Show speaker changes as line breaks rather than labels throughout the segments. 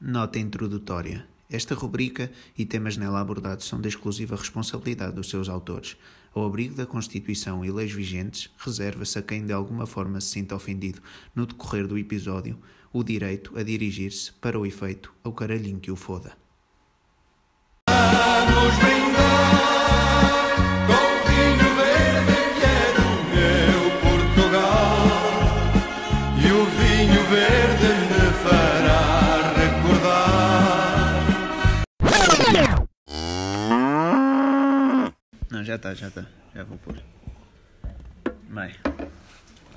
Nota introdutória. Esta rubrica e temas nela abordados são da exclusiva responsabilidade dos seus autores. Ao abrigo da Constituição e leis vigentes, reserva-se a quem de alguma forma se sinta ofendido no decorrer do episódio o direito a dirigir-se, para o efeito, ao caralhinho que o foda.
Vamos brindar com vinho verde que é do meu Portugal E o vinho verde me fará recordar
Não, já está, já está. Já vou pôr. Bem,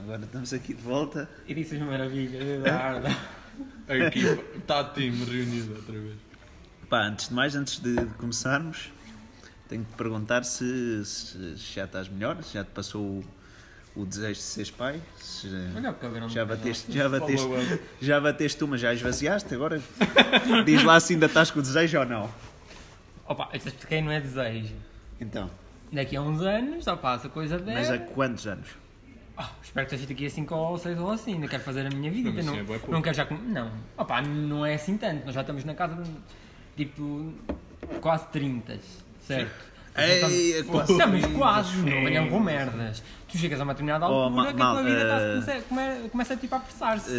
agora estamos aqui de volta.
Início de
é
Maravilhas, Eduardo.
A equipa, está a Tá time reunida outra vez.
Pá, antes de mais, antes de, de começarmos, tenho que te perguntar se, se já estás melhor, se já te passou o, o desejo de seres pai, se
Olha o cabrão.
já bateste, já bateste,
Follow-up.
já bateste uma, já esvaziaste agora? Diz lá se ainda estás com o desejo ou não.
Opa, eu te expliquei, não é desejo.
Então,
Daqui a uns anos, só passa coisa dela.
mas é há quantos anos?
Ah, espero que esteja daqui a 5 ou 6 ou assim. Ainda quero fazer a minha vida.
Mas
não,
sim, é bué pouco.
não quero já. com- Não. Opa, não é assim tanto. Nós já estamos na casa de, tipo. quase 30, certo?
Ei, é quase
Estamos quase, não venham com merdas. Tu chegas a uma determinada
Oh,
altura
ma-
que a
mal,
tua vida tá-
eh,
começa, come- começa tipo a apressar-se.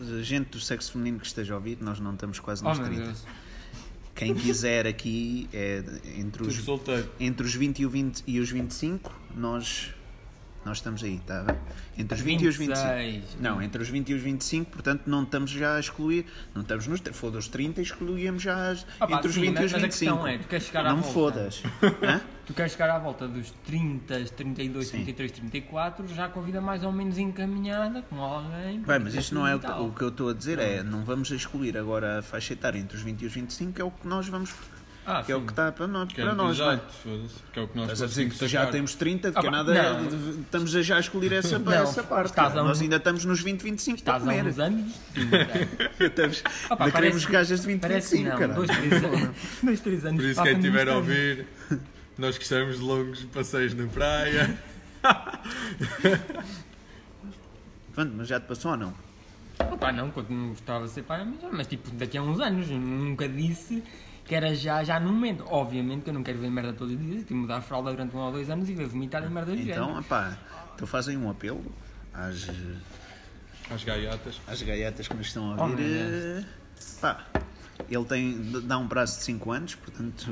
Eh, gente do sexo feminino que esteja a ouvir, nós não estamos quase
oh
nos
meu
30.
Deus.
Quem quiser aqui é entre
Tudo
os,
solteiro.
entre os 20 e, o 20 e os 25, nós, nós estamos aí, está bem? Entre os 20 e os
26.
25. Não, entre os 20 e os 25, portanto, não estamos já a excluir. Não estamos nos. Foda os 30 e excluímos já as-
Ah pá,
entre os
sim,
20 e os
mas- mas a
25.
questão é, tu queres chegar à
não me
volta.
fodas. Hã?
Tu queres chegar à volta dos 30, 32,
Sim.
33, 34, já com a vida mais ou menos encaminhada, com alguém.
Bem, mas isto não é o que,
tal.
o que eu estou a dizer, é não vamos excluir agora a faixa etária entre os 20 e os 25, que é o que nós vamos.
Ah,
que é o
sim. um
que está para nós.
Quero
Para nós não é?
exato, foda-se. Que é o que nós
Estás a dizer
conseguimos
assim, que já
sacar.
temos 30, de
Ah,
que
pá,
nada,
não.
estamos a já escolher essa,
Não,
essa parte.
estás
cara.
a um-
Nós ainda estamos nos 20, 25 para
Estás há
tá comer.
uns anos. Ainda
Estamos,
Ah, pá,
ainda queremos
parece-
gajas de 20,
Parece que
25,
não.
cara.
Dois, três anos. Dois, três anos.
Por isso,
passam
quem estiver a
nisto.
ouvir, nós gostamos de longos passeios na praia.
Pronto, mas já te passou ou não?
Ah, Pá, não, quando não gostava de ser pai, mas, mas tipo, daqui a uns anos. eu Nunca disse que era já, já no momento. Obviamente que eu não quero ver merda todos os dias. Tipo, mudar a fralda durante um ou dois anos e ver vomitar e merda do género.
Então, opá, então fazem um apelo às,
Às gaiatas.
às gaiatas que nos estão a
Oh, meu
ouvir. eh, pá, ele tem, dá um prazo de 5 anos, portanto,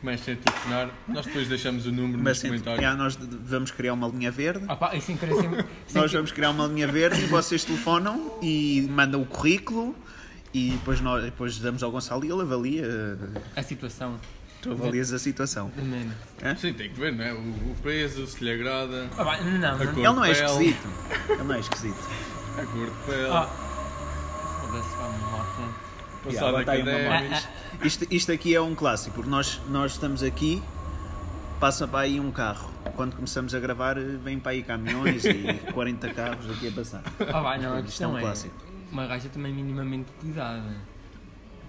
Comecem a telefonar. Nós depois deixamos o número
mas
nos comentários.
já nós vamos criar uma linha verde.
Ah, pá, e sem querer sempre. sem
Nós
que-
vamos criar uma linha verde e vocês telefonam e mandam o currículo e depois, nós, depois damos ao Gonçalo e ele avalia, eh,
A situação.
tu avalias a situação.
do momento.
Sim, tem que ver, não é? O, o peso, se lhe agrada,
Ah, pá, não,
a
não.
cor
Ele não é
de pele,
esquisito. Ele não é esquisito.
a cor de pele.
Ah. Foda-se, pá, uma moto.
Passado
Yeah,
a
bota aí uma
académicos.
Isto, isto aqui é um clássico, porque nós, nós estamos aqui, passa para aí um carro. Quando começamos a gravar, eh, vem para aí caminhões e 40 carros aqui a passar.
Ah, vai, não,
Isto é
a
um
questão é.
clássico.
Uma gaja também minimamente cuidada.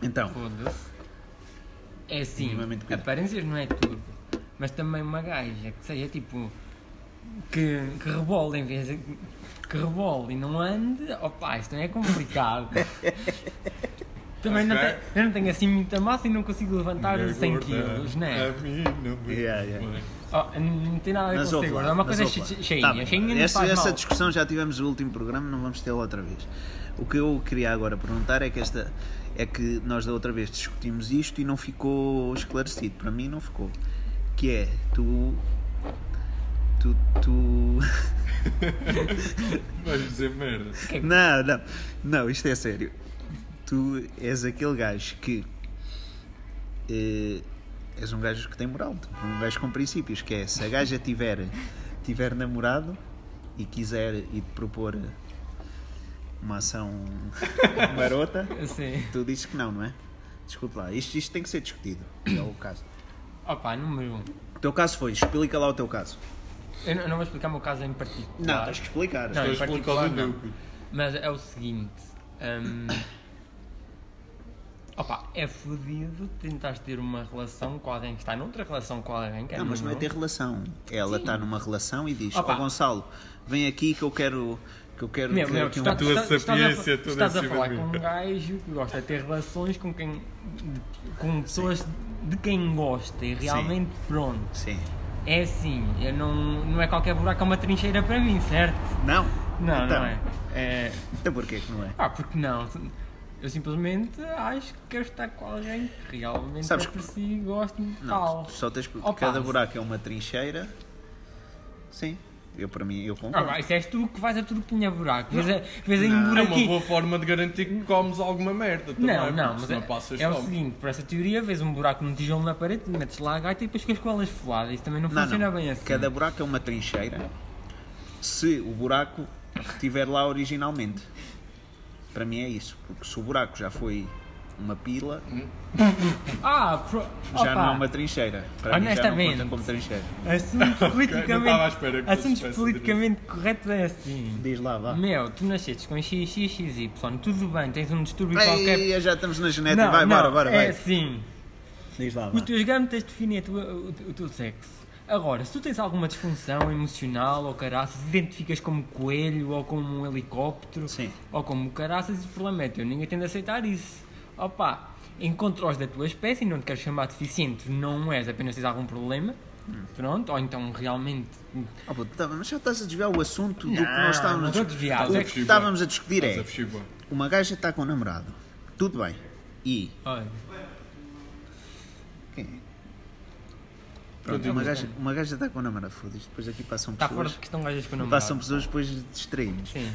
Então,
Foda-se. É assim,
Minimamente cuidada.
aparências não é tudo. Mas também uma gaja que seja tipo. que, que rebole em vez de. que rebole e não ande. Opa, isto não é complicado. também não
Ok.
tenho, eu não tenho assim muita massa e não consigo levantar
Mulher
100
gorda,
quilos, não é?
A mim não me
né? Yeah, yeah.
Oh, não tem nada a ver
mas
com
ouve
ser
lá,
gorda, é uma
mas
coisa
ouve lá.
che- cheinha.
Tá bem,
cheinha não
essa,
faz
essa
mal.
discussão já tivemos no último programa, não vamos tê-la outra vez. O que eu queria agora perguntar é que esta é que nós da outra vez discutimos isto e não ficou esclarecido. Para mim não ficou. Que é tu tu tu
Vais dizer merda.
Não, não. Não, isto é sério. Tu és aquele gajo que eh, és um gajo que tem moral, tu, um gajo com princípios, que é se a gaja tiver, tiver namorado e quiser e te propor uma ação marota,
Eu sei.
tu dizes que não, não é? Desculpe lá, isto, isto tem que ser discutido. É o caso.
Opa, número Um.
O teu caso foi, explica lá o teu caso.
Eu não, eu não vou explicar o meu caso em particular.
Não, tens que explicar.
Não, em
Estou a explicar
particular
é o do
não.
meu, puto.
Mas é o seguinte. hum, Opa, é fodido tentares ter uma relação com alguém que está noutra relação com alguém que é
Não, mas não é
número
ter tá relação. Ela está numa relação e diz: Ó
Opa.
Gonçalo, vem aqui que eu quero, Que eu quero
Mesmo,
ter
mesmo,
aqui um.
está-
tua
está- estás a
sapiência
fa-
toda
Estás a
acima
falar
de
com
mim.
um gajo que gosta de ter relações com quem. de- com pessoas de quem gosta e realmente pronto.
Sim.
É assim, eu não, não é qualquer buraco, é uma trincheira para mim, certo?
Não?
Não,
então,
não é. é.
Então porquê que não é?
Ah, porque não? Eu simplesmente acho que quero estar com alguém que realmente
Sabes que-
aprecio e gosto de
Não,
tal.
tu só tens porque
Oh. Opa,
cada
mas-
buraco é uma trincheira. Sim. Eu para mim, eu concordo.
Ah, pá, isso és tu que vais a tudo que tinha buraco. Vês, a, vês aí
Não.
um
É
buraco.
uma boa forma de garantir que comes alguma merda também.
Não, não, mas
se não
é-
passas
é, o
fome.
seguinte, por essa teoria, vês um buraco num tijolo na parede, metes lá a gaita e depois ficas com elas foladas. Isso também não,
Não,
funciona
não.
bem assim.
Cada buraco é uma trincheira. Se o buraco estiver lá originalmente. Para mim é isso. Porque se o buraco já foi uma pila,
Ah, pro...
já não é
opa,
uma trincheira. Para mim já não
Honestamente.
conta como trincheira.
assuntos
não estava à
politicamente,
espera que fosse
assuntos
essa
politicamente corretos é assim.
Diz lá, vá.
Meu, tu nascestes com XXXY, tudo bem, tens um distúrbio qualquer.
Ei, já estamos na genética. vai, bora, bora,
é
vai.
assim.
Diz lá,
Os
vá.
teus gametas definem a tua- o, o teu sexo. Agora, se tu tens alguma disfunção emocional ou caraças, identificas como coelho ou como um helicóptero
Sim.
ou como caraças, o problema é teu. Ninguém tem de aceitar isso. Opa, encontra-os da tua espécie, não te queres chamar deficiente, não és, apenas tens algum problema.
Hum.
Pronto, ou então realmente.
Ah, puto, tá, mas já estás a desviar o assunto do que
Não,
nós estávamos
não
a
estou
discutir.
desviado.
O que estávamos a discutir
Estás a
é
fugir, boa.
uma gaja está com um namorado. Tudo bem. E
Olha,
Quem é? Pronto, uma gaja, uma gaja está com o namorado, foda-se. Depois aqui passam
está tá fora
pessoas.
de questão gajas com namorado.
Passam pessoas depois distraímos.
Sim.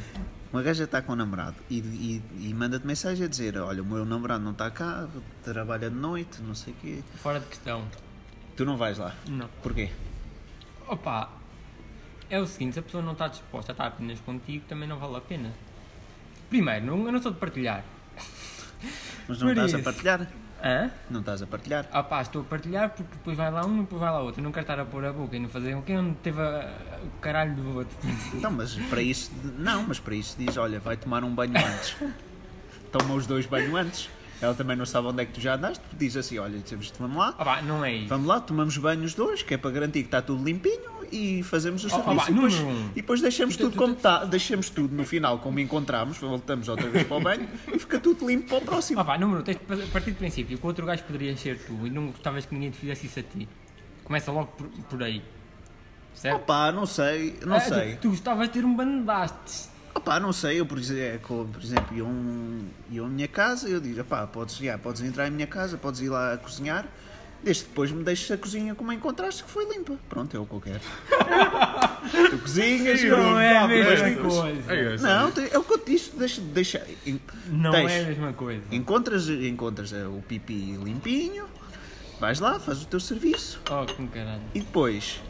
Uma gaja está com o namorado e, e- e manda-te mensagem a dizer: Olha, o meu namorado não está cá, trabalha de noite, não sei o quê.
Fora de questão.
Tu não vais lá.
Não.
Porquê?
Opa, é o seguinte, se a pessoa não está disposta a estar apenas contigo, também não vale a pena. Primeiro, não, eu não sou de partilhar.
Mas não
Por
estás a
isso.
partilhar?
Hã?
Não estás a partilhar?
Opa, Ah estou a partilhar porque depois vai lá um e depois vai lá outro. Eu não quero estar a pôr a boca e não fazer o que onde teve a- o caralho do outro.
Então, mas para isso, não, mas para isso diz: Olha, vai tomar um banho antes. Toma os dois banho antes. Ela também não sabe onde é que tu já andaste. Diz assim: Olha, temos de vamos lá.
Opa, não é isso.
Vamos lá, tomamos banho os dois, que é para garantir que está tudo limpinho e fazemos o serviço.
vá,
e, depois,
número um.
e depois deixamos tudo como está, deixamos tudo no final como encontramos, voltamos outra vez para o banho e fica tudo limpo para o próximo.
Opa, número, um, tens de pa- partir do princípio que o outro gajo poderia ser tu e não gostavas que ninguém te fizesse isso a ti. Começa logo por, por aí. Certo?
Opá, não sei, não
Ah, tu-
sei.
Tu, gostavas de ter um bando de hastes.
Opá, não sei, eu por, exe- é como, por exemplo, eu, um, eu à minha casa, eu digo, opá, podes, já, podes entrar em minha casa, podes ir lá a cozinhar, desde que depois me deixes a cozinha como a encontraste, que foi limpa. Pronto, é o que eu quero. tu cozinhas, eu-
Não é a
pá, mas
mesma
depois-
coisa.
É isso.
Não, te- é o que eu te disse, deixa. deixa en-
Não
tens-
é a mesma coisa.
Encontras, encontras eh, o pipi limpinho, vais lá, fazes o teu serviço
Oh, com caralho.
e depois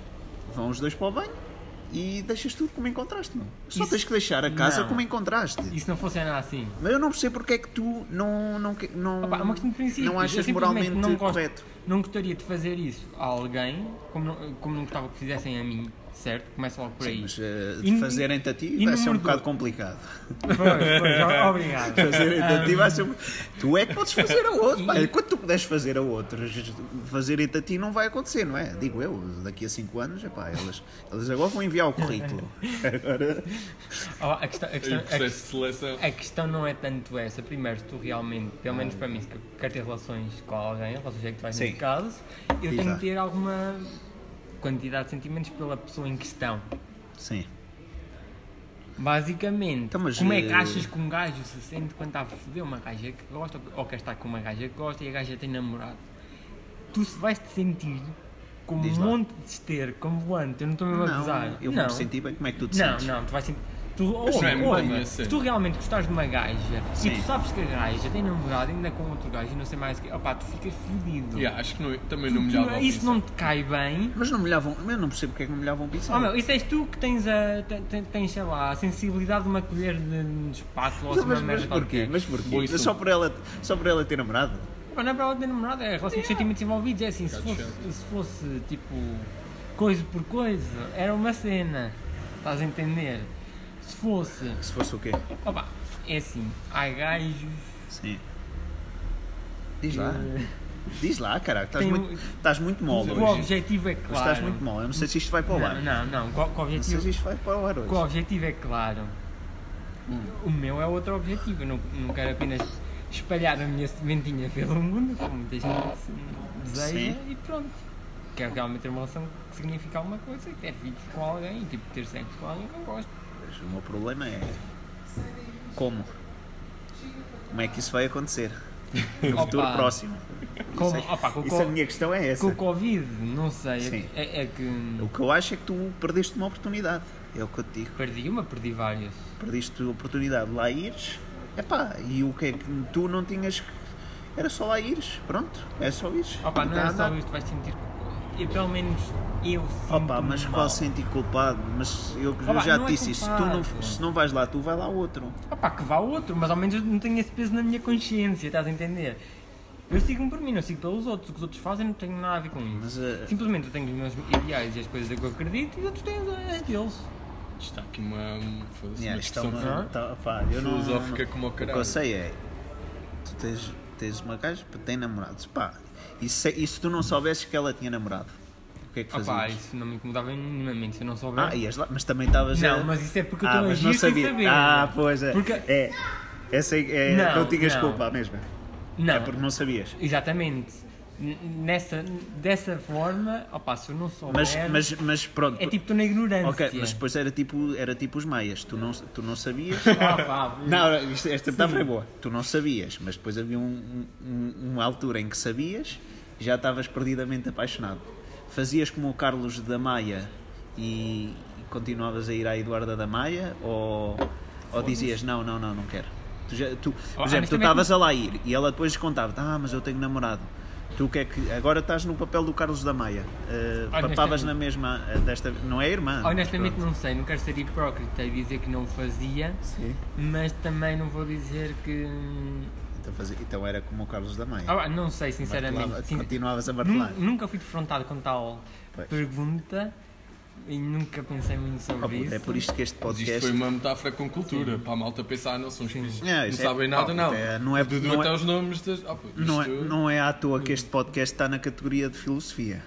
vão os dois para o banho e deixas tudo como encontraste, não. Só
Isso-
tens que deixar a casa
não.
como encontraste.
E se não funciona assim?
Mas eu não percebo porque é que tu não, não, que- não,
Opa, é uma questão de princípios.
não
Eu
achas
simplesmente
moralmente
não gosto-
correto.
Não gostaria de fazer isso a alguém, como não, como não gostava que fizessem a mim, certo? Começa logo por aí.
Mas eh,
E
de
nu-
fazerem-te a ti
e
vai ser um
número
bocado
dois?
complicado.
Pois, pois, o- obrigado.
Fazerem-te a ti
Ah,
vai ser um- Tu é que podes fazer a outro. pá. Quando tu puderes fazer a outros, fazerem-te a ti não vai acontecer, não é? Digo eu, daqui a 5 anos, epá, elas, elas agora vão enviar o currículo. Agora,
oh, a, questão, a,
E o
questão, a,
processo de seleção.
a questão não é tanto essa. Primeiro, se tu realmente, pelo menos para mim, se eu quero ter relações com alguém, relações sexuais
Sim.
neste caso, eu tenho
Exato.
que ter alguma quantidade de sentimentos pela pessoa em questão.
sim.
Basicamente,
Então, mas,
como é
eh,
que achas que um gajo se sente quando está a foder uma gaja que gosta ou quer estar com uma gaja que gosta e a gaja tem namorado? Tu se vais te sentir como
Diz
um
lá.
monte de esterco, como volante, eu não estou mesmo a gozar.
Não, eu vou-me sentir bem como é que tu te
Não,
sentes.
não, tu vais sentir. Tu,
não
ouve,
é muito
ouve,
bem assim.
se tu realmente gostares de uma gaja
Sim.
e tu sabes que a gaja tem namorado ainda com outro gajo e não sei mais o que, opá, tu ficas fodido.
Yeah, acho que não- é- também
Tu-
não me
tu-
dava
isso não te cai bem.
Mas não me levam, eu não percebo porque é que não me levam
Oh
pisar.
meu, isso és tu que tens a. te- te- tens, sei lá, a sensibilidade de uma colher de de espátula ou
mas,
assim,
mas,
uma
mas
merda
porquê?
qualquer.
Mas porquê?
Boi suco.
Só por, ela, só por ela ter namorado?
Pá, Não é para ela ter namorado, é relação de sentimentos envolvidos, é assim, se fosse, se fosse tipo coisa por coisa, era uma cena. Estás a entender? Se fosse.
Se fosse o quê?
Opa, é assim, há gajos.
Sim. Diz lá. Diz lá, caralho. Estás,
Tem
muito,
um-
estás muito mole
que O
hoje.
objetivo é claro.
Estás muito mole. Eu não sei se isto vai para o ar.
Não, não, não. Com, com o
Não sei
objetivo,
se isto vai para o ar hoje.
com o objetivo é claro.
Hum.
O meu é outro objetivo. Eu não, não quero apenas espalhar a minha sementinha pelo mundo, como muita gente se- deseja,
Sim.
e pronto. Quero realmente ter uma relação que significa alguma coisa, e ter filhos com alguém, e tipo, ter sexo com alguém que eu gosto.
Mas o meu problema é como? Como é que isso vai acontecer? No
Opa.
futuro próximo.
Como,
isso é-
opa, com, o
isso a
co-
minha questão é essa.
com o Covid, não sei, é,
Sim.
que- é, é que
O que eu acho é que tu perdeste uma oportunidade. É o que eu te digo.
perdi uma, perdi várias.
Perdeste a oportunidade de lá ires. Epá, e o que é que tu não tinhas que. Era só lá ires. Pronto. É só ires.
Opa, não é
Tá,
só
tá.
isto, vais sentir. E pelo menos eu sinto.
Opa, mas
mal.
qual sentir culpado? Mas eu, eu
Opa,
já
não
te
é
disse isso. Tu
culpado.
não, se não vais lá, tu vai lá outro.
Opa, que vá outro, mas ao menos eu não tenho esse peso na minha consciência, estás a entender? Eu sigo-me por mim, não sigo pelos outros. O que os outros fazem não tenho nada a ver com isso.
Mas, eh,
Simplesmente eu tenho os meus ideais e as coisas em que eu acredito e os outros têm as- as deles.
Está aqui uma. Foda-se,
Yeah,
uma
isto é
discussão
uma-
fil-
tá, pá, eu não-
filosófica como o
O que
caralho.
eu sei é, tu tens, tens uma gaja, pá, tem namorados, pá, e se, e se tu não soubesses que ela tinha namorado, o que é que
Opa,
fazias?
isso não me incomodava minimamente se eu não souber.
ah, ias lá, mas também estavas a...
não, mas isso é porque eu
ah,
estou a
mas não
agir sem
sabia.
saber.
Ah, pois é,
Porque-
é, essa é, é
Não,
não, tinhas
não.
culpa mesmo,
Não,
é porque não sabias.
exatamente. N- Nessa, dessa forma, opa, se eu não souber.
Mas, mas, mas pronto,
É tipo, estou na ignorância.
ok, mas depois era tipo, era tipo os maias, tu não, tu não sabias...
Ah, pá,
Não, isto- esta metáfora é boa. Tu não sabias, mas depois havia um- um- uma altura em que sabias e já estavas perdidamente apaixonado. Fazias como o Carlos da Maia e continuavas a ir à Eduarda da Maia ou, ou dizias não, não, não, não quero. Tu, já- tu-
Ah,
por
mas
exemplo, tu
também
estavas a lá ir e ela depois contava ah, mas eu tenho namorado. Tu o que é que. Agora estás no papel do Carlos da Maia. Uh,
Honestamente-
papavas na mesma. ah, desta, não é a irmã?
Honestamente não sei, não quero ser hipócrita e dizer que não o fazia,
Sim.
mas também não vou dizer que. hum,
Então, fazia- então era como o Carlos da Maia.
Ah, não sei, sinceramente.
Martelava-
Sin-
Continuavas a
Nun-
martelar.
assim. Nunca fui defrontado com tal
Pois.
pergunta e nunca pensei muito
Oh,
sobre
puto,
isso.
é por isto que este
Mas
podcast.
isto foi uma metáfora com cultura, para a malta pensar, ah, não são os
Sim.
bichos.
É,
Não
isso é-
sabem
pá,
nada, não.
é, não é-
O Dudu
não é-
até os nomes das. Ah, pô,
Não é,
isto-
não é à toa que este podcast está na categoria de filosofia.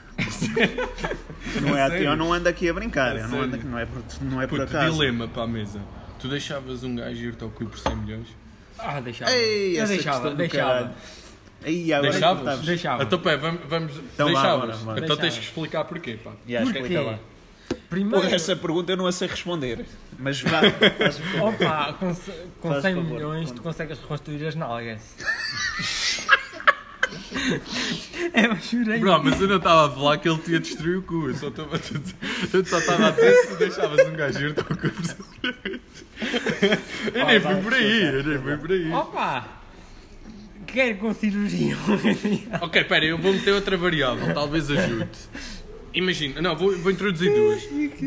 não é à toa,
sério?
eu não ando aqui a brincar,
É
eu não, ando,
sério?
não é por, não é por
Puto,
acaso.
dilema para a mesa. Tu deixavas um gajo ir-te ao cu por 100 milhões?
Ah, deixava.
Ei,
eu
essa
deixava,
questão do
deixava.
caralho. Ei, agora é tá-
Deixavas?
cortavas.
Deixava.
Então, pá, vamos. vamos
Então vá, bora,
deixavas.
bora.
Então tens
Deixava.
que explicar porquê, pá.
Já,
Porquê?
explica lá.
Primeiro.
Porra, essa pergunta eu não a sei responder. Mas vá. faz o favor.
Opa, com, ce- com
Faz
100
favor,
milhões tu
conta.
consegues reconstruir as nalgas. eu chorei.
Bro, mas eu não estava a falar que ele tinha destruído o cu. Eu só estava a dizer- eu só estava a dizer se deixavas um gajo ir-te ao cu por 100 milhões. Eu nem fui por aí, eu nem fui por aí.
Opa! Quero com cirurgia.
Ok, pera, eu vou meter outra variável, talvez ajude. Imagina, não, vou, vou introduzir duas.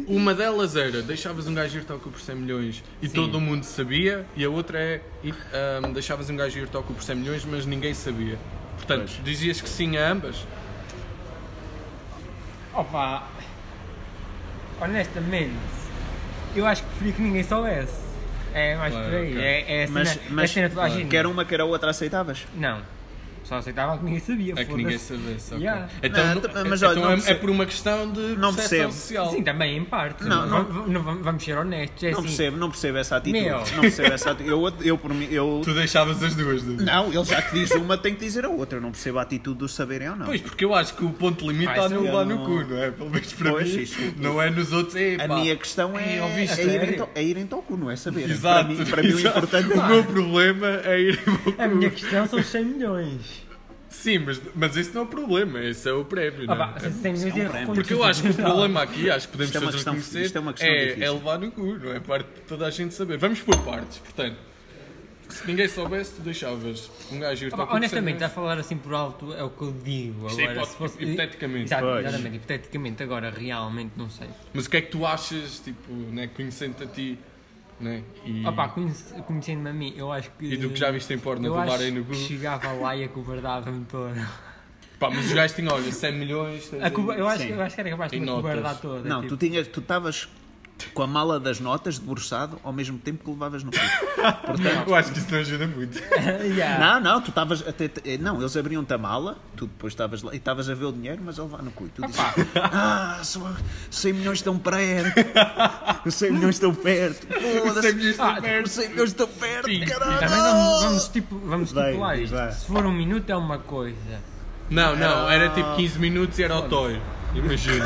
Uma delas era deixavas um gajo ir toco por 100 milhões e todo o mundo sabia, e a outra é e, ahm, deixavas um gajo ir toco por 100 milhões, mas ninguém sabia. Portanto,
Pois.
dizias que sim a ambas.
Opa! Honestamente, eu acho que preferia que ninguém soubesse. É mais
Claro,
por aí.
ok. ah,
É, é a cena,
Mas,
é a
mas
cena de toda a gente.
quer uma, quer a outra, aceitavas?
Não. Só aceitavam que ninguém sabia.
um- É que
foda-se.
ninguém sabesse. ok.
Yeah.
Então,
Não,
não-
então- mas
então
olha, não
é- é,
percebo.
por uma questão de
Não
percepção
percebo.
social.
Sim, também em parte.
Não,
Não, não vamos- vamos ser honestos. É
Não
assim,
percebo, não percebo essa atitude.
Meu.
Não percebo essa atitude. Eu, eu, por mim, eu,
Tu deixavas as duas. é? Dudu.
Não, ele já que diz uma, tem que dizer a outra. Eu não percebo a atitude do saberem ou não.
Pois, porque eu acho que o ponto limite
Ah,
está
isso
no,
eu
lá
não-
no cu, não é? Pelo menos para
Pois,
mim.
isso- um
Não é nos outros. É,
a
pá.
minha questão é,
Ei,
é,
ouviste?
ir em to- é ir em toco, não é saber.
Exato.
para mim, para mim
exato.
o importante é
O meu problema é ir
A minha questão são os 100 milhões.
Sim, mas, mas esse não é o problema, esse é o prémio. não é?
Opa, 100 milhões
um
é
prémio.
Porque eu acho que o problema aqui, acho que podemos
Isto é uma
todos
questão-
reconhecer,
isto é uma questão
é,
difícil.
é levar no cu, não é parte de toda a gente saber. Vamos por partes, portanto. Se ninguém soubesse, tu deixavas um gajo ir
Opa,
tocar com
Ah, honestamente, a
cem
falar assim por alto é o que eu digo.
Isto é
Agora,
hipo- hipoteticamente.
Exato,
Pois.
exatamente, hipoteticamente. Agora, realmente, não sei.
milhões. Mas o que é que tu achas, tipo, né, conhecendo-te a ti, né, e,
Opa, conhece- conhecendo-me a mim, eu acho que.
e do que já viste em porno,
eu
de levar
acho
aí no cu.
que chegava lá e acobardava-me todo.
Pá, mas os gajos tinham, olha, 100 milhões... tens aí.
Acu- Eu acho,
Sim.
eu acho que era capaz de
Em
me
notas.
acobardar toda.
Não,
tipo,
tu tinhas, tu estavas com a mala das notas debruçado ao mesmo tempo que levavas no cu.
Eu acho que isso não ajuda muito.
Yeah.
Não, não, tu estavas até. eh, Não, eles abriam-te a mala, tu depois estavas lá e estavas a ver o dinheiro, mas a levar no cu. E tu dizias, ah, só 100 milhões estão perto, os 100 milhões estão perto, foda-se,
Os 100 milhões estão
ah,
perto.
os 100 milhões estão perto,
Sim.
caralho.
Também vamos, vamos, tipo, vamos
Diz bem,
estipular
diz bem.
isto. Se for um minuto é uma coisa.
Não, não, era
Ah.
tipo 15 minutos e era o toy. Imagina.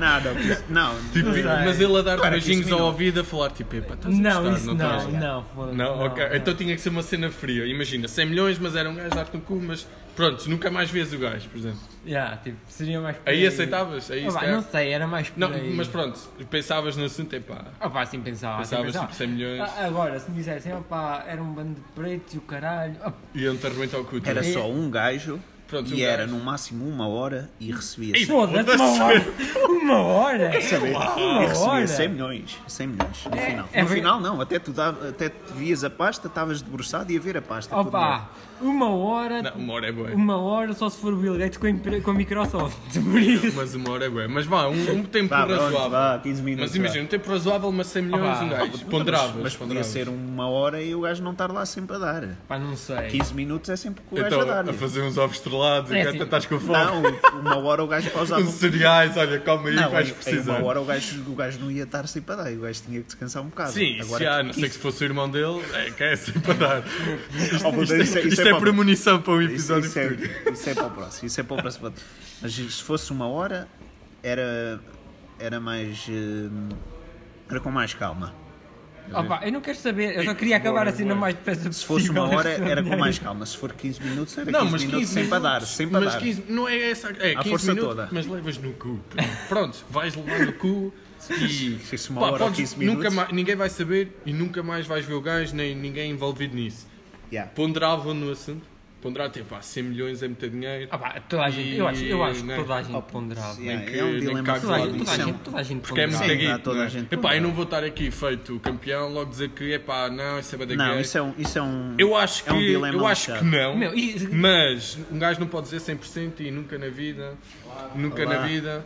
Não, não, isso- não,
Tipo,
não,
mas ele a dar
Para, 15
beijinhos ao
minutos.
ouvido a falar tipo, epá, estás a
Não,
gostar,
isso
não estás?
não, não, foda-se,
Não, ok.
não.
Então tinha que ser uma cena fria. Imagina, 100 milhões, mas era um gajo dar-te um cu, mas pronto, nunca mais vês o gajo, por exemplo.
Yeah, tipo, seria mais por
Aí aceitavas? Aí
Ah,
se
pá,
calhar-
não sei, era mais por
Não,
aí.
mas pronto, pensavas no assunto, epá.
Ah pá, assim pensava. assim
Pensavas
pensava.
tipo 100 milhões.
Ah, Agora, se me dissessem, ah pá, era um bando de pretos e o caralho. Ah,
Iam-te arrebentar o cu. Tipo, tu.
era só um gajo
Pronto, um
e era
gajo.
no máximo uma hora e recebia,
Foda-se, uma hora! Uma hora!
e
Uma
recebia 100
hora!
milhões, 100 milhões no final.
é
no
ver-
final, não, até tu, dava, até tu vias a pasta, estavas debruçado e a ver a pasta. com o dinheiro.
Opa, uma hora.
Tipo, Não, uma hora é bué.
Uma hora só se for o Bill Gates com a, empre- com a Microsoft. Por isso.
Mas uma hora é bué. Mas vá, um, um tempo
Vá, pronto,
razoável.
vá, 15 minutos.
mas imagina, um tempo razoável, mas 100 milhões
Ah,
um gajo. Ponderavas.
Mas podia
ponderavas.
ser um uma hora e o gajo não estar lá sempre a dar.
Pá, não sei.
15 minutos é sempre que o gajo
Então,
a dar.
a fazer uns ovos estrelados
É
e
assim.
até estás com fome.
Não, uma hora o gajo pausava. um
Uns cereais, olha, calma aí,
Não, é,
vais
em- em
precisar.
uma hora o gajo, o gajo não ia estar sempre a dar. e O gajo tinha que descansar um bocado.
Sim, isso já, a não ser que se fosse o irmão dele, é que é assim para dar.
Oh, meu Deus,
Isto, é- isto é,
para-
premonição para um
isso,
episódio
isso é,
futuro.
isso é para o próximo. Isso é para o próximo. Mas se fosse uma hora, era, era mais. eh, Era com mais calma.
Opa, eu não quero saber, eu só queria acabar assim no mais depressa possível.
Se fosse uma hora, era com mais calma. Se for 15 minutos, era 15
Não, mas 15
minutos, sempre a dar.
minutos,
Sempre a
mas
dar.
15 não é essa. É,
À
15
força
minutos,
toda.
mas levas no cu. Pronto, vais levar no cu e.
Se isso é uma hora ou 15 minutos.
nunca mais, ninguém vai saber e nunca mais vais ver o gajo, nem ninguém envolvido nisso.
Yeah.
Ponderavam no assunto. Ponderar, tipo, pá, 100 milhões é muito dinheiro.
Ah pá, toda a gente, eu acho, eu acho que
Não.
toda a gente
Opa,
ponderava.
yeah,
que-
é um
nem
dilema
cago
Toda a
foda.
gente, toda a
Isso é um-
gente, toda a gente
Porque é muito
Sim,
ponderava.
dá
aguido,
toda
não
a
é?
gente
Epá,
ponderada.
eu não vou estar aqui feito campeão, logo dizer que, epá, não, isso é bem
Não,
daquele.
isso é um. Isso é um
Eu acho que,
é um dilema
eu acho
lixado.
que não,
Meu, e-
mas um gajo não pode dizer 100% e nunca na vida, nunca
Olá.
na vida,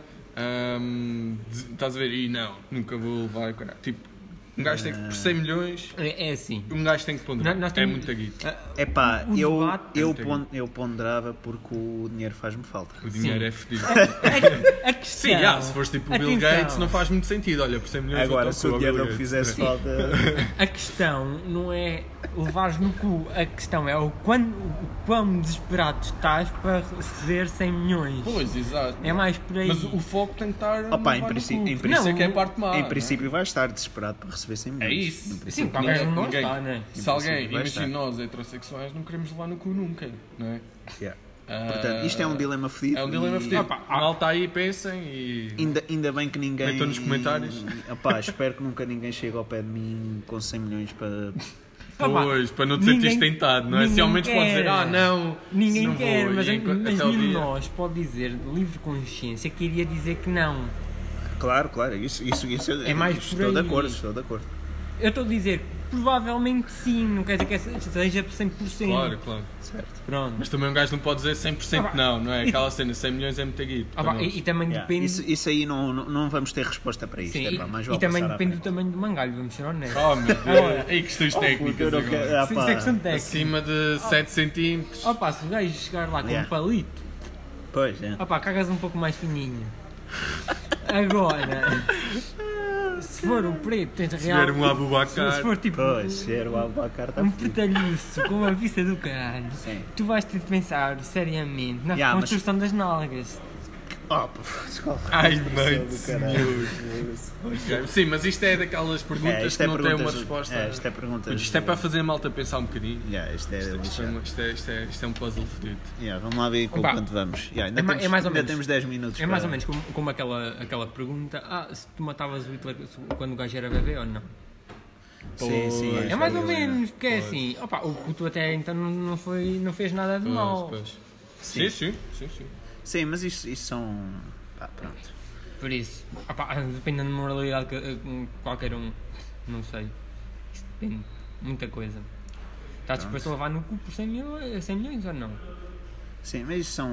hum, de- estás a ver, e não, nunca vou levar, caralho. tipo, um gajo tem que, por 100 milhões,
É, é assim.
um gajo tem que ponderar,
Nós- nós
é
temos- Ah,
muito aguito,
Epá,
O
eu,
debate-
eu,
Tem-
pon- eu ponderava porque o dinheiro faz-me falta.
o dinheiro é fedido.
A, a questão.
Sim, já, se fores tipo o Bill
Atenção.
Gates não faz muito sentido, olha, por 100 milhões eu
Agora,
toco
se o
ao
dinheiro
Bill
não
Gates.
fizesse falta.
A questão não é levares no cu, a questão é o, quando, o quão desesperado estás para receber 100 milhões.
Pois, exato.
É mais por aí.
Mas o foco tem que estar no
Opa, em
levar no
princípio-
cu.
em
Isso é
princípio-
que é a parte má.
em
não é?
princípio, vais estar desesperado para receber 100
É
milhões. No
isso.
princípio.
Sim, qualquer um não está, né?
Se alguém,
Vai estar.
imagina nós heterossexuais, não queremos levar no cu nunca, não é?
Yeah.
Ah,
Portanto, isto é um dilema fedido.
É um dilema
e
fedido.
Opa,
A malta aí, pensem e...
Ainda, ainda bem que ninguém.
Metam nos comentários.
Opá, espero que nunca ninguém chegue ao pé de mim com 100 milhões para.
Opa,
Pois, para não te
ninguém-
sentir sentires tentado, não é? Se ao menos
ninguém
podes dizer,
quer.
ah não,
Ninguém
não
quer,
vou,
mas,
e enqu-
mas
até o
nenhum de
dia.
nós pode dizer de livre consciência que iria dizer que não.
Claro, claro, isso, isso, isso
É mais por
Estou de
aí.
acordo, estou de acordo.
Eu estou a dizer que provavelmente sim, não quer dizer que seja 100%.
Claro, claro.
Certo.
Pronto.
Mas também um gajo não pode dizer 100%
Opa,
não, não é? Aquela cena, 100 milhões é muito guito.
Ah,
para
pá,
nós.
e, e também
Yeah.
depende.
Isso, isso aí não, não, não vamos ter resposta para isto.
sim,
é pá,
e-
mais
e
vale
também
passar à
depende do
frente.
tamanho do mangalho, vamos ser honestos.
Oh meu Deus, ei questões
Oh, puto, eu
técnicas
não quero-
agora.
ah,
Sim,
pá.
isso é questão técnica.
Acima de
Oh.
7 centímetros.
Opa, se o gajo chegar lá com
Yeah.
um palito,
Pois, é.
opa, cagas um pouco mais fininho. Agora, se for um preto, tens
Se
real.
vier um abubacar.
se for tipo
Pois, ser o Albacar está
um
fedido.
petalhiço com uma vista do caralho,
Sim.
tu vais ter de pensar seriamente na
Yeah, mas-
reconstrução das nálogas.
Oh, pô, desculpa.
Ai,
Sou
mate,
do
senhor.
caralho.
Ok. Sim, mas isto é daquelas
É,
perguntas
isto
que
é
não têm uma
perguntas-
resposta.
É, isto é perguntas.
Mas isto é para fazer a malta pensar um bocadinho.
Yeah, isto é
Isto é,
lixado.
uma- isto é- isto é- isto é um puzzle fedido.
Yeah, vamos lá ver com
Opa.
quanto vamos. Yeah, ainda
É ma-
temos,
é mais ou
ainda
menos.
temos 10 minutos.
É mais
para-
ou menos como, como aquela, aquela pergunta: ah, se tu matavas o Hitler quando o gajo era bebê ou não?
Sim, sim.
Pois,
É mais ou
isso aí,
menos, porque é assim, opa, o puto até então não, não foi, não fez nada de mal.
Pois, pois. Sim, sim, sim, sim.
Sim, mas isso, isso são. Pá, pronto.
Por isso, opa, depende da moralidade que eh, um, qualquer um, não sei, isso depende, muita coisa. Estás disposto a levar no cu por eh, 100, mil, 100 milhões ou não?
Sim, mas isso são.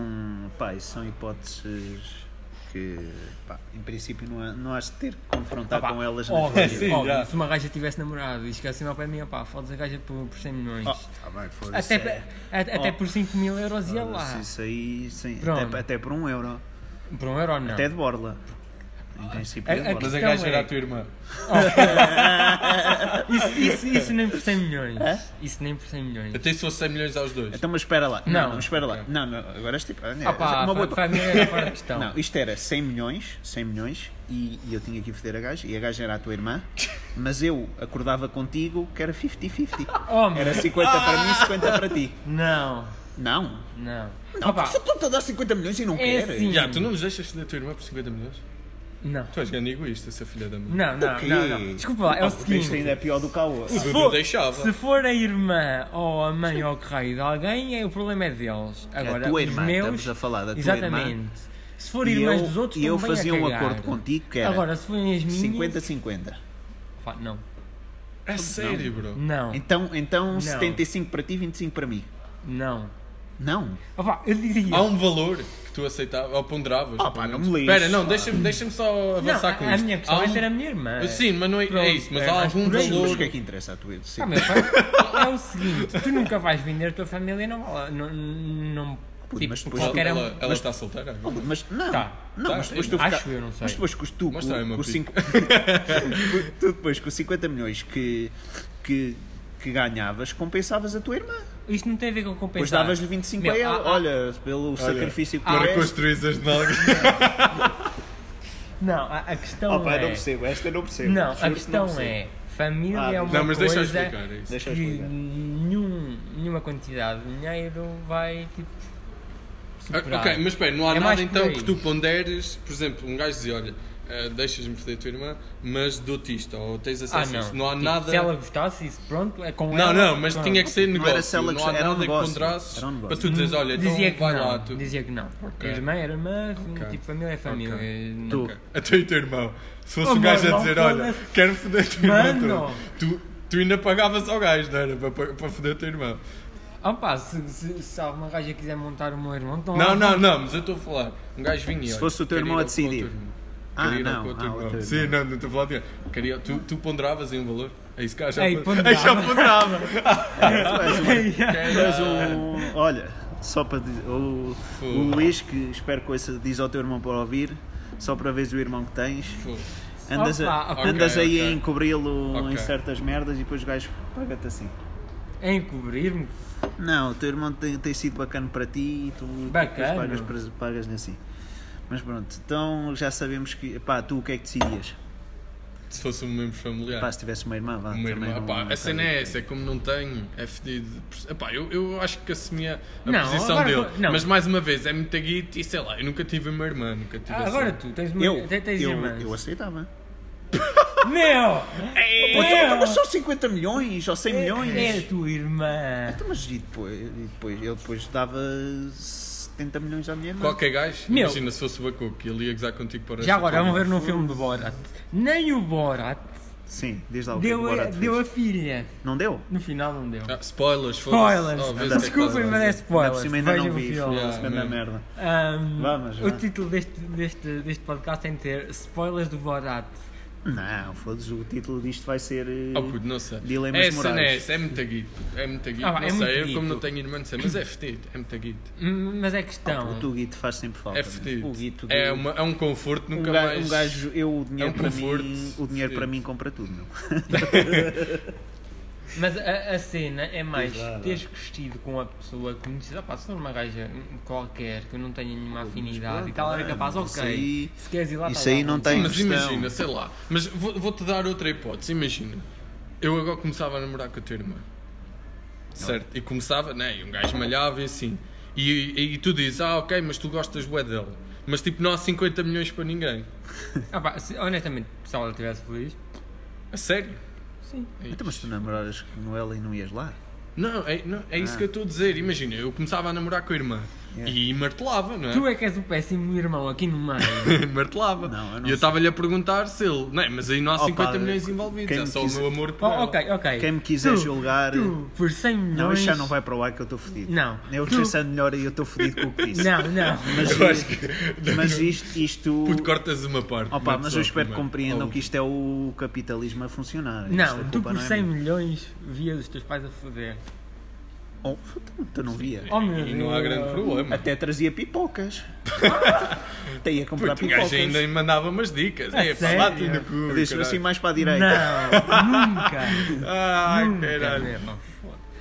Pá, isso são hipóteses. que pá, em princípio não, há- não has de ter que confrontar
Opa,
com elas na
óbvio,
tua
Oh, sim,
vida.
óbvio,
já.
Oh, se uma gaja tivesse namorado e chegasse assim lá para mim, opá, fodes a gaja por, por 100 milhões.
Oh, tá bem, foda-se,
até,
é.
pa- a- até
Oh.
por 5 mil euros ia lá.
Foda-se, Isso aí, sim,
Pronto.
até, até por um euro.
Por um euro não.
Até de borla. Em princípio, é
A-
de
a
borla.
Mas a
Então
gaja
é.
era a tua irmã.
Isso, isso, isso nem por 100 milhões. Isso nem por 100 milhões.
Até se fosse 100 milhões aos dois.
Então, mas espera lá.
Não.
Não, não, espera lá. Não, não, agora este tipo.
Ah pá,
uma boa-
fa- família era fora de questão.
Não, isto era 100 milhões, 100 milhões, e, e eu tinha que ir foder a gaja, e a gaja era a tua irmã, mas eu acordava contigo que era 50-50.
Oh, meu-
Era 50 para mim e 50 para ti.
Não,
Não.
não.
Não,
Opá,
Ah, tu estás a dar 50 milhões e não
É
queres.
assim.
Já, tu não nos deixas foder a tua irmã por 50 milhões?
não.
Tu és grande egoísta, essa filha da mãe.
Não, não,
quê?
não, não. Desculpa lá, é o
Ah, porque Isto ainda
seguinte.
é pior do que a outra.
O
Se
Dudu
for-
deixava.
Se for a irmã ou a mãe ou o raio de alguém, é, o problema é deles. Agora,
tua
os
irmã,
meus,
estamos a falar da tua
exatamente.
irmã.
Se for
E
irmãs
eu-
dos outros,
e eu
estão bem a
fazia um
cagar.
acordo contigo que era
Agora, se forem as minhas...
50-50.
Pá, não,
É sério, bro.
não,
Então, então 75 para ti, 25 para mim.
não.
Não.
Opá, eu diria...
Há um valor que tu aceitavas, ou ponderavas.
Ah, pá,
pelo
não
menos.
me lixes.
Espera, não, deixa-me deixa só
não,
avançar
a,
com
a
isto.
minha questão
Há
é
um-
ser a minha irmã.
Sim, mas não é, é
Pronto,
isso, mas
é
há
mais
algum
por aí.
Mas
valor.
o que é que interessa a tua
Ah,
educação?
meu, pai, é o seguinte, tu nunca vais vender a tua família e não vale. Não, não,
Puto,
tipo,
mas depois
Ela,
qualquer
ela,
um-
ela está solteira? agora?
Mas não,
Tá.
não
Tá,
mas depois
sim.
tu
Acho
fica-
eu, não sei.
Mas depois que tu, com,
Mostra aí uma
com,
pica.
cinco- tu depois com 50 milhões que, que, que ganhavas, compensavas a tua irmã.
Isto não tem a ver com compensar.
Depois davas-lhe 25
Meu, ah,
a ela.
há- há-
olha, pelo sacrifício que tiveste.
há- Ah, é?
Reconstruízas de algo.
Não, a, a questão
Oh, pá,
é...
eu não percebo, esta eu não percebo.
Não,
Juro-te,
a questão
percebo.
é, família
Ah,
é uma
Não, mas deixa eu
coisa
explicar isso.
Deixa eu
que
explicar.
nenhum, nenhuma quantidade de dinheiro vai, tipo, superar.
Ah, Ok, mas espera, não há
É mais
nada
por
então
aí.
que tu ponderes, por exemplo, um gajo dizia, olha, eh, deixas-me foder a tua irmã, mas dou-te isto, ou tens
Ah,
acesso a
não.
isso. assim, Não há
Tipo,
nada...
Se ela gostasse, isso pronto, é com
Não,
ela.
não, mas
pronto.
tinha que ser
Não era
negócio. Não,
se ela-
há
era um
nada
negócio.
que ponderasses
Era um negócio.
para tu dizeres, olha, então
Dizia que
vai
não,
lá. Tu...
dizia que não.
Ok.
Irmã era irmã,
Ok.
tipo, família é família.
Ok.
não-
Tu.
Até o teu irmão. Se fosse
Oh,
um gajo a
mano,
dizer,
não
olha,
foda-se.
quero foder a tua irmã.
Mano!
toda", Tu, tu ainda pagavas ao gajo, não era? Para, para- para foder a tua irmã.
Ah pá, se, se, se alguma gaja quiser montar o meu irmão, então...
Não, não, não, mas eu estou a falar. Um gajo vinha. olha,
fosse o teu
quero
irmão
ir
a
ao- com o teu
decidir.
irmão.
Ah,
Quero ir
não,
com o teu
ah, o
irmão.
teu
Sim, não, não estou a falar de dinheiro. Queria- tu, tu ponderavas em um valor? É isso que há, já,
Ei,
é, já ponderava.
Tu és um- tu és um- Olha, só para dizer, o, o Luís, que espero que ouça, diz ao teu irmão para ouvir, só para veres o irmão que tens. Andas, a-
Opa, Ah, ok,
andas aí
ok.
a encobri-lo
Ok.
em certas merdas e depois o gajo paga-te assim.
É encobrir-me.
Não, o teu irmão tem, tem sido bacana para ti e tu
Bacana.
depois pagas, pagas assim. Mas pronto, então já sabemos que. Pá, tu o que é que decidias?
Se fosse um membro
É.
familiar.
Pá, se tivesse uma irmã, vá.
Uma
também
irmã,
não-
pá,
não
a cena
cabe.
é essa, é como não tenho, é fedido. Epá, eu, eu acho que assumia a
Não,
posição
agora
dele.
vou- não.
Mas mais uma vez, é muito guito e sei lá, eu nunca tive uma irmã, nunca tive
Ah,
assim.
agora tu, tens, uma-
Eu,
tens, tens
eu,
irmãs.
eu aceitava.
Meu!
Pô, então,
Meu!
mas só 50 milhões ou 100 milhões?
É a tua irmã.
Então, mas e depois, e depois? Eu depois dava 70 milhões à minha irmã.
Qualquer gajo,
Meu.
imagina se fosse o Bacuco, ele ia gozar contigo para o resto
Já
da
agora,
tua
vamos
vida.
ver num filme do Borat. Nem o Borat
Sim, desde lá o que
deu,
o
a,
Borat fez.
deu a filha.
Não deu?
No final não deu.
Ah, spoilers, foda-se.
Spoilers!
Oh, vês o que é que
Desculpem,
fazes.
mas é
Ainda
spoilers.
por cima ainda
Vejam
não
o
vi.
filme.
Foda-se,
Yeah,
grande
man.
merda.
Ahm,
Vamos,
o
vá.
título deste, deste, deste podcast tem de ter spoilers do Borat.
Não, foda-se, o título disto vai ser. eh,
Oh puto, não sei.
Dilemas
É cena é
morais.
essa, é muito guito. É muito guito.
Ah, pá,
não
é muito
sei, eu
guito.
como não tenho irmã, não sei, mas é fedido, é muito guito.
Hum, Mas é questão.
Ah, Puto, o Guito faz sempre falta.
É
mano.
fedido.
O Guito.
É,
do-
uma- é um conforto,
Um
nunca
gajo,
mais.
um gajo- eu o dinheiro,
É um
para,
conforto,
mim, o dinheiro para
sim.
mim compra tudo, meu.
Mas a, a cena é mais
Pois lá,
teres crescido com a pessoa conhecida. Pá, se for uma gaja qualquer que eu não tenha nenhuma afinidade
pronto,
e tal, era
é,
capaz,
mas isso
ok.
aí-
se queres ir lá,
isso
tá
aí
lá,
não
mas-
tem-
Mas
questão.
imagina, sei lá. Mas vou- vou-te dar outra hipótese. Imagina, eu agora começava a namorar com a tua irmã. Certo? E começava, né? E um gajo malhava e assim. E, e, e tu dizes, ah, ok, mas tu gostas bué dela. Mas tipo, não há 50 milhões para ninguém.
Ah, pá, se- honestamente, se ela estivesse feliz,
A sério?
sim.
Então, mas tu namoraras com ela e não ias lá? Ah.
Não, é, não, é isso que eu estou a dizer. Imagina, eu começava a namorar com a irmã. E martelava, não é?
Tu é que és o péssimo irmão aqui no meio.
martelava.
Não, eu não
e eu
sei.
estava-lhe a perguntar se ele. Não, é, mas aí não há
Oh,
50
pá,
milhões
quem
envolvidos, é
me
só
quiser-
o meu amor por
Oh,
ela.
ok, ok.
Quem me quiser
Tu-
julgar-
Tu, por 100 milhões.
Não, isto já não vai para o ar que eu estou fodido.
Não.
Eu
Tu-
pensando é melhor e eu estou fodido com o que disse.
Não, não.
Mas,
Eu acho que-
mas isto. isto...
Puto, cortas uma parte.
Opa,
metes
mas
só
eu espero que
primeiro.
compreendam
Oh,
que isto é o capitalismo a funcionar. Isto a
Não, tu
culpa
por
é
100
minha.
milhões vias os teus pais a foder.
Oh, tu não via.
Oh meu
E não há
Deus.
grande problema.
Até trazia pipocas. Até ia comprar
Puto, o
pipocas.
gajo ainda é. me mandava umas dicas.
A
É, pá,
sério?
bate no cu.
Deixa-me assim
caralho.
mais para a direita.
Não, nunca.
Ai,
nunca
né?
caralho.
mesmo.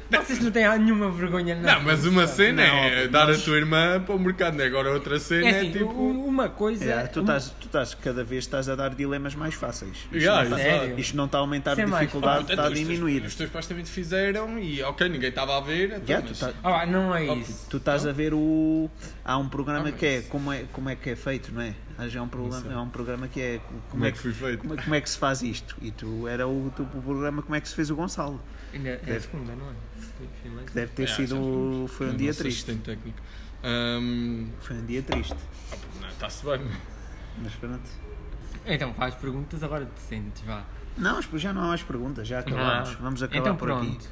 Vocês não têm nenhuma vergonha, não.
Não, mas uma cena é
Não,
dar
mas-
a tua irmã para o mercado, né? agora outra cena
É
é,
assim,
tipo.
u- uma coisa. Um-
Yeah, É, tu, tá- estás, tu estás cada vez estás a dar dilemas mais fáceis. Isto
Yeah,
não está-
sério?
isto não está a aumentar
Isso é
a
mais
dificuldade,
fácil.
está a
Então, Ah, os teus-
diminuir.
Os teus pais também te fizeram e ok, ninguém estava a ver. então,
Yeah, tu
mas-
tá-
Ah, não é isso.
Tu estás a ver o. Há um programa
Ah,
que é
mas-
como, é como é que é feito, não é? Há já um, programa, há um programa que é como,
Como é que
foi
foi feito?
como, é- como é que se faz isto. E tu era o, tu- o programa como é que se fez o Gonçalo.
Ainda é
Deve-
a segunda, não é?
Que deve ter
É,
sido.
já fomos.
Foi um
Eu
dia
não sou
triste.
assistente técnico. Ahm,
Foi um dia triste.
ah, pô, não, Está-se bem.
Mas pronto.
Então faz perguntas agora decentes, vá.
Não, mas já não há mais perguntas, já acabamos.
Não há.
Vamos acabar
Então,
por aqui.
pronto.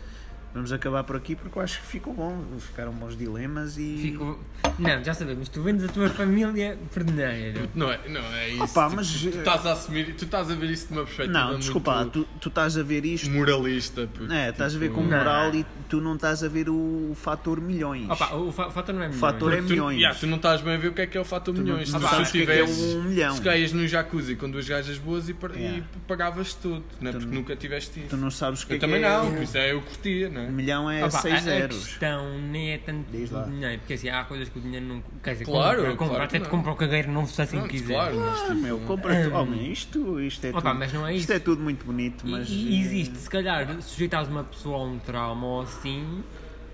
Vamos acabar por aqui porque eu acho que ficou bom. Ficaram bons dilemas e.
Fico... Não, já sabemos, tu vendes a tua família perneiro.
Não é, não é isso.
Opa,
tu,
mas-
tipo
eh,
tu estás a assumir, tu estás a ver isso de uma perspectiva
Não, desculpa, lá,
muito
tu, tu estás a ver isto.
moralista. puto.
É, estás a ver
Tipo,
com
Não.
moral e tu não estás a ver o, fator milhões.
Opa, o fa- fator não é melhor.
Fator é
tu,
milhões.
yeah, tu não estás bem a ver o que é que é o fator milhões.
não
tu,
sabes o que é que é um milhão.
se caías no jacuzzi com duas gajas boas e, par- e
Yeah.
pagavas tudo, não é? porque nunca tiveste isso.
Tu não sabes o que
eu
é
também
que é.
não, por isso é eu curtia, não é?
Um milhão é
Opa,
seis
a, a
zeros.
questão nem é tanto
Diz lá.
do dinheiro, porque assim, há coisas que o dinheiro não. Quer dizer,
Claro,
compra, compra,
claro que
até te
não.
compra o cagueiro novo se assim
Pronto,
quiser.
claro, mas
Ah, meu, compra tu. Homem, isto, isto é
um Opa,
tudo.
mas não é
isto
isso.
é tudo muito bonito,
E-
mas.
e
eh,
existe, se calhar, sujeitares uma pessoa a um trauma ou assim,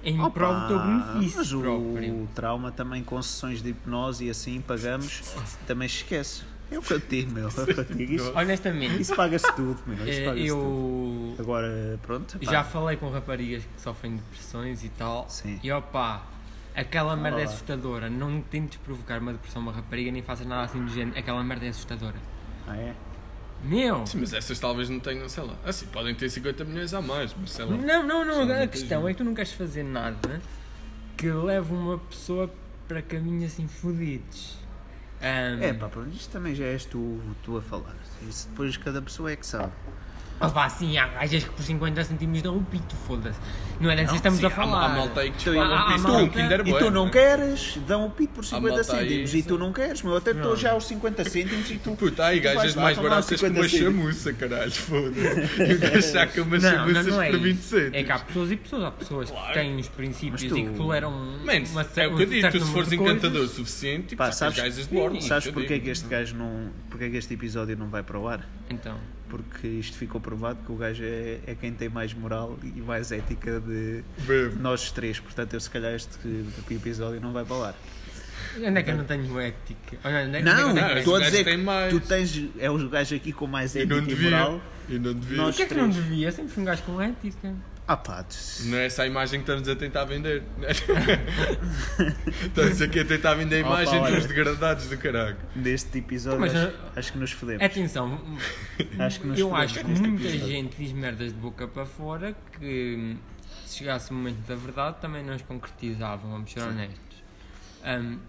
em
opa,
prol do teu benefício
Mas o
próprio.
trauma também com sessões de hipnose e assim pagamos, também se esquece. É o que eu digo, meu. É o que eu digo. Isso,
Honestamente,
isso paga-se tudo, meu. Isso
É,
eh,
paga-se tudo.
eu
Agora, pronto. pá.
já falei com raparigas que sofrem de depressões e tal,
Sim.
e opá, aquela merda é
lá.
assustadora. Não tentes provocar uma depressão a uma rapariga, nem faças nada assim do género. Aquela merda é assustadora.
Ah, é?
Meu!
Sim, mas essas talvez não tenham, sei lá. Assim, podem ter 50 milhões a mais, mas sei lá.
Não, não, não.
Só
A
não
questão é que tu não queres fazer nada que leve uma pessoa para caminhos assim fodidos. Ahm,
É, pá, pronto. Isto também já és tu, tu a falar. Isso depois cada pessoa é que sabe.
opá, assim, há gajas que por 50 centímetros dão o pito, foda-se. Não é dessas
Não,
que estamos
sim,
a
há-
falar.
Há malta aí que
Tu-
desfala
Ah,
um
ah,
piso
malta.
com um Kinder
Então, E tu
Bueno. Ah,
não queres, dão o pito por
malta
50
aí, é-
cêntimos e tu não queres, meu. Eu Até estou já aos 50 cêntimos e tu.
Puta, há aí
tu vais
gajas
lá
mais
tomar
baratas que
50
uma
cêntimos.
chamuça, caralho, foda-se. E o gajo saca umas
Não, não,
chamuças
não é
por
isso.
20
É que
centos.
há pessoas e pessoas. Há pessoas
Claro.
que têm os princípios
Mas tu-
e que toleram
Man,
uma
é
cer-
o que eu
um
digo,
certo
tu se
número
fores
de coisas.
encantador o suficiente, tipo,
Pá,
sacas
sabes,
gajas de bordo.
sabes
isso eu
porquê
digo.
que este gajo não. Porquê que este episódio não vai para o ar?
Então,
Porque isto ficou provado que o gajo é, é quem tem mais moral e mais ética de
Bem.
nós três. Portanto, eu se calhar este episódio não vai para o ar.
onde é que eu não tenho ética? Onde é- onde é que eu
Não,
tenho ética?
estou a
gajo
dizer
tem
que
mais.
tu tens. É o gajo aqui com mais
E
ética
não
e,
devia.
moral.
E não devia.
Nós-
Porquê é que não devia? Eu Sempre fui um gajo com ética.
Ah, pá, tu-
Não é essa a imagem que estamos a tentar vender. estamos aqui a tentar vender a
Opa,
imagem
olha.
dos degradados do caralho.
neste episódio
Mas,
acho,
ah,
acho que nos fodemos.
Atenção,
Acho que nos
eu
fodemos
acho que
neste
muita
episódio.
gente diz merdas de boca para fora que hum, se chegasse o momento da verdade também não as concretizavam, vamos ser honestos. Hum,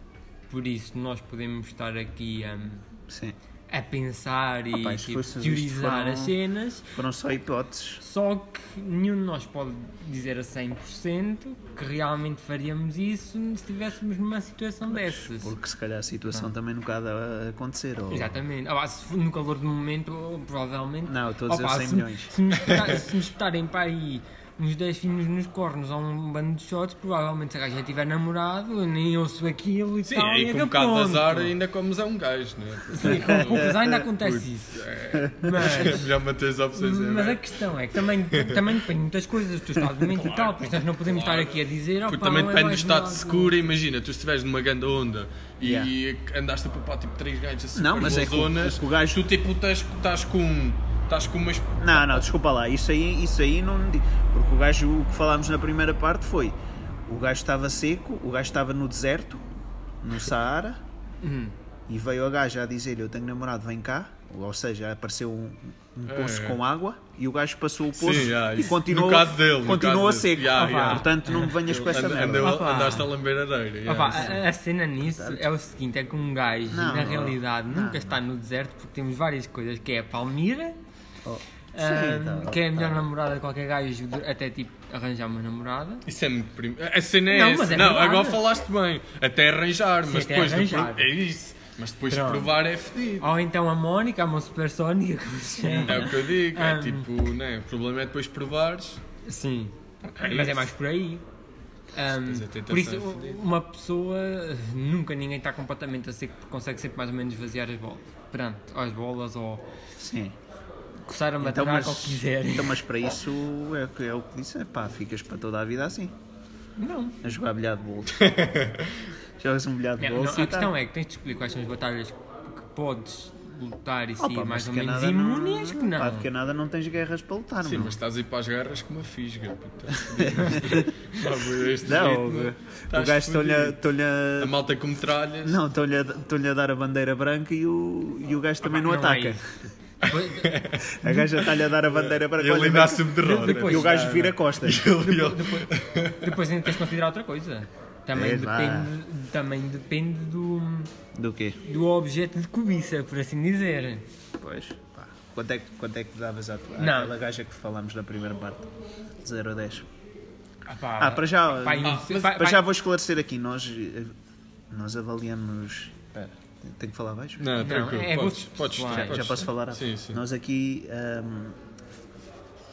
por isso nós podemos estar aqui hum,
Sim.
a pensar e
pá, isto
tipo,
foi- isto
teorizar
foram-
as cenas,
Foram só hipóteses.
só que nenhum de nós pode dizer a 100% que realmente faríamos isso se estivéssemos numa situação dessas.
Porque se calhar a situação também nunca há de acontecer. Ou...
Exatamente. Ah, pá, se for no calor do momento, oh, provavelmente. Ah,
Não, eu estou a dizer
pá,
100
se,
milhões.
Se me, espeta- se me espetarem para aí uns 10 finos nos cornos ou um bando de shots, provavelmente se a gaja tiver namorado, eu nem ouço aquilo e
Sim,
tal.
aí
e
com
é
um bocado de
pronto.
azar ainda comes a um gajo, não é?
Sim, com um pouco de azar ainda acontece isso.
É
Mas.
melhor manter as opções. é,
Mas
não
a
é?
questão é que também, também depende de muitas coisas, do teu estado de mente e tal, por isso nós não podemos
claro.
estar aqui a dizer.
Porque
opa,
também
não é
depende do
mais
estado
nada.
é?
seguro. Imagina, tu estiveres numa grande onda e andaste a papar tipo três gajos assim
Não, mas é que o-
zonas,
que o gajo-
tu tipo estás, estás com. um, Estás com umas.
Não, não, desculpa lá, isso aí, isso aí não. me di- Porque o gajo, o que falámos na primeira parte foi: o gajo estava seco, o gajo estava no deserto, no Saara
Uhum.
e veio a gaja a dizer-lhe: Eu tenho namorado, vem cá. Ou seja, apareceu um, um poço
É.
com água e o gajo passou o
Sim,
poço
já,
e
isso-
continuou,
no caso dele, no
continuou a
caso dele.
seco.
Já,
Ah,
já.
Portanto, não me venhas com essa
Andeu-
merda.
andeu-
Opa.
Andaste a lamber areia. yeah.
Opa, a, a cena nisso é o seguinte: é que um gajo,
Não,
na
não,
realidade,
não,
nunca está no deserto porque temos várias coisas, que é a Palmira,
Oh,
ah,
sim, tá,
que é a melhor
tá.
namorada de qualquer gajo, de- até tipo arranjar uma namorada.
Isso é muito prim... A cena é
Não,
essa.
mas é
não,
verdade.
agora falaste bem. Até arranjar,
Sim,
mas
até
depois de
arranjar.
pro- É isso. Mas depois
Pronto.
de provar é fedido.
Ou então a Mónica, a uma supersónica, como se chama.
É o que eu digo.
Ah.
É tipo, né? O problema é depois provares.
Sim.
É
Mas é
isso.
mais por aí. Ahm,
Mas a tentação
por isso,
é fodida.
uma pessoa, nunca ninguém está completamente a seco, porque consegue sempre mais ou menos vaziar as bolas. Perante, às bolas ou
Sim.
coçar a
Então,
matraca
mas,
ou o que quiser.
então, mas para isso é, o que- é o que disse: é pá, ficas para toda a vida assim,
Não.
a jogar bilhar de bolo. Jogas um bilhar de
Não,
bolo.
não, a questão é que tens de escolher quais são as batalhas que podes lutar e ser mais ou menos imune e as que
Pá,
não.
de que nada não tens guerras para lutar,
Sim,
meu.
mas estás a ir para as garras com uma fisga. puto, estás fodido. Sabe, este
Não,
ritmo,
o, o
estás
gajo estão-lhe a-
fodido.
estão-lhe
né? A
a.
malta com metralhas.
Não, estão-lhe a, estão-lhe a dar a bandeira branca e o, e o gajo também não,
não é
ataca.
isso. Depois-
a gaja está-lhe a dar a bandeira branca
Ele
olha,
ainda
vem cá.
assume de roda.
Depois- né?
e o gajo vira costas.
Ele- ele-
Depois ainda tens de considerar outra coisa. Também,
É, vá.
depende, também depende do,
Do quê?
do objeto de cobiça, por assim dizer.
Pois, pá. Quanto é que, quanto é que davas à tua,
Não.
àquela gaja que falámos na primeira parte? 0 a 10.
Ah, pá,
Ah, para já.
Pá,
Ah,
isso-
mas-
pá,
para
pá,
já vou esclarecer aqui. Nós, eh, nós avaliamos. Espera, tenho que falar baixo?
Não, tranquilo.
é
podes,
gosto
podes,
pessoal.
Já,
podes.
já posso falar?
Sim, sim.
Nós aqui. ahm,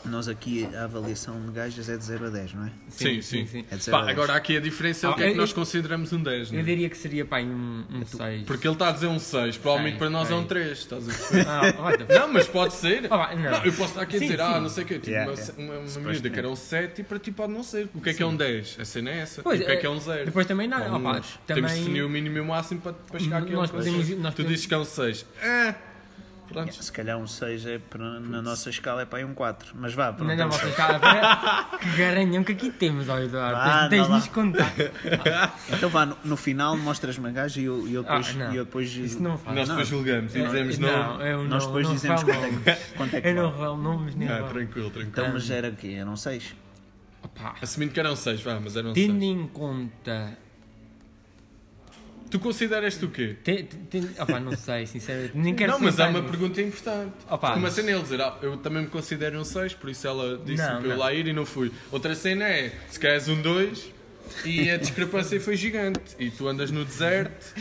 nós aqui a avaliação de gajas é de 0 a 10, não é?
Sim, sim.
sim,
É de zero a
Pá,
dez.
agora aqui a diferença é o que é
Ah,
que nós
eu-
consideramos um 10,
Eu
né?
diria que seria pá, um 6.
Porque ele está a dizer um 6, provavelmente
Sei,
para nós é um
sei.
3, estás a perceber?
Ah, what the fuck?
Não, mas pode ser.
Ah, vai,
não.
não.
eu posso estar aqui a
Sim,
dizer,
sim.
ah, não sei o quê. Tipo,
Yeah,
uma,
yeah.
uma- uma miúda
Supostamente.
que era um 7 e para ti pode não ser. O que é que é um 10? A cena é essa.
Pois,
e o que é
eh,
que é um 0?
Depois também nada.
Ou um
opá,
dois. Temos de definir o
também,
mínimo e o máximo para, para chegar aqui
Nós
ao consenso.
podemos- nós
Tu
podemos-
dizes que é um 6. Ah, pronto.
Se calhar um 6 é para- na nossa escala é para aí um 4. Mas vá, pronto.
não, não, vocês cá a ver que garanhão que aqui temos, ó Eduardo.
Vá,
Ah,
tens tens de
anda
nos contar.
Então vá, no, no final mostras-me a gaja e eu, e eu
Ah,
depois.
não.
e eu depois
Isso Ah, não faz.
Nós depois julgamos e
Eh,
dizemos não.
não, eu não.
nós depois
não
dizemos
falo
quanto é,
nomes.
que- quanto é que
Eu não
vale.
falo nomes nem
Ah,
falo.
tranquilo, tranquilo.
Então, mas era o quê? Eram 6?
Opá,
Assumindo que eram 6, vá, mas um eram 6.
Tendo em conta.
Tu consideras-te o quê?
Te, te, te- opá, não sei, sinceramente. Nem quero
não, mas há
pensar
uma
nisso.
pergunta importante.
Opa.
Porque uma cena é ele dizer, ah, eu também me considero um 6, por isso ela disse
Não,
para eu
não.
lá ir e não fui. Outra cena é, se calhar és um 2 e a discrepância foi gigante e tu andas no deserto.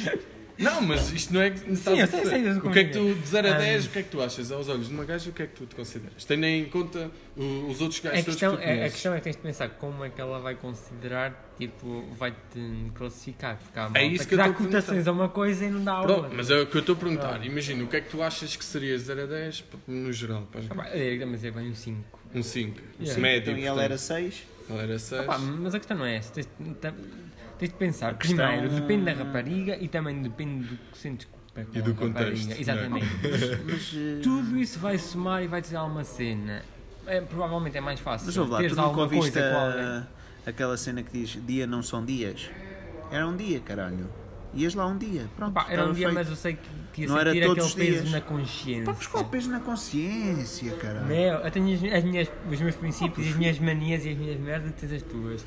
Não, mas isto não é que. estás a
eu sei,
perceber.
sei, eu sei
o
como
que
é
é que
que
tu,
é.
de 0 a
Ah.
10, o que é que tu achas? Aos olhos de uma gaja, o que é que tu te consideras? Tendo em conta o- os outros
A
gajos todos que
questão,
tu
é, a
conheces.
questão é que tens de pensar como é que ela vai considerar, tipo, vai-te classificar. Porque há malta
É isso que
que
eu
dá
estou a perguntar.
cotações a uma coisa Ah. e não dá a outra.
Pronto, mas é o que eu estou a perguntar. Imagina, o que é que tu achas que seria 0 a 10 no geral? pá,
Ah, pá, é, mas é bem um 5.
Um 5.
Yeah.
Médio.
Então, e ela era 6?
portanto. Ela era 6.
mas a questão não é essa. Tens, de- tam- tens de pensar,
questão-
é-
primeiro, depende da rapariga e também depende do que sentes com com
E do
a
contexto, é?
rapariga. Exatamente.
Mas, eh,
Tudo isso vai somar e vai te dar uma cena. É, provavelmente é mais fácil.
mas ouve lá,
teres
tu nunca
alguma
ouviste
coisa com
a-
alguém.
aquela cena que diz dia não são dias? Era um dia, caralho. Ias lá um dia, pronto.
Pá, era um
estava
dia,
feito.
mas eu sei que, que ia
Não era
sentir
todos
aquele
os
peso
dias.
na consciência.
Pá, mas qual o peso na consciência, caralho?
Não, é? eu tenho as, as minhas, os meus princípios, e as minhas manias e as minhas merdas, tens as tuas.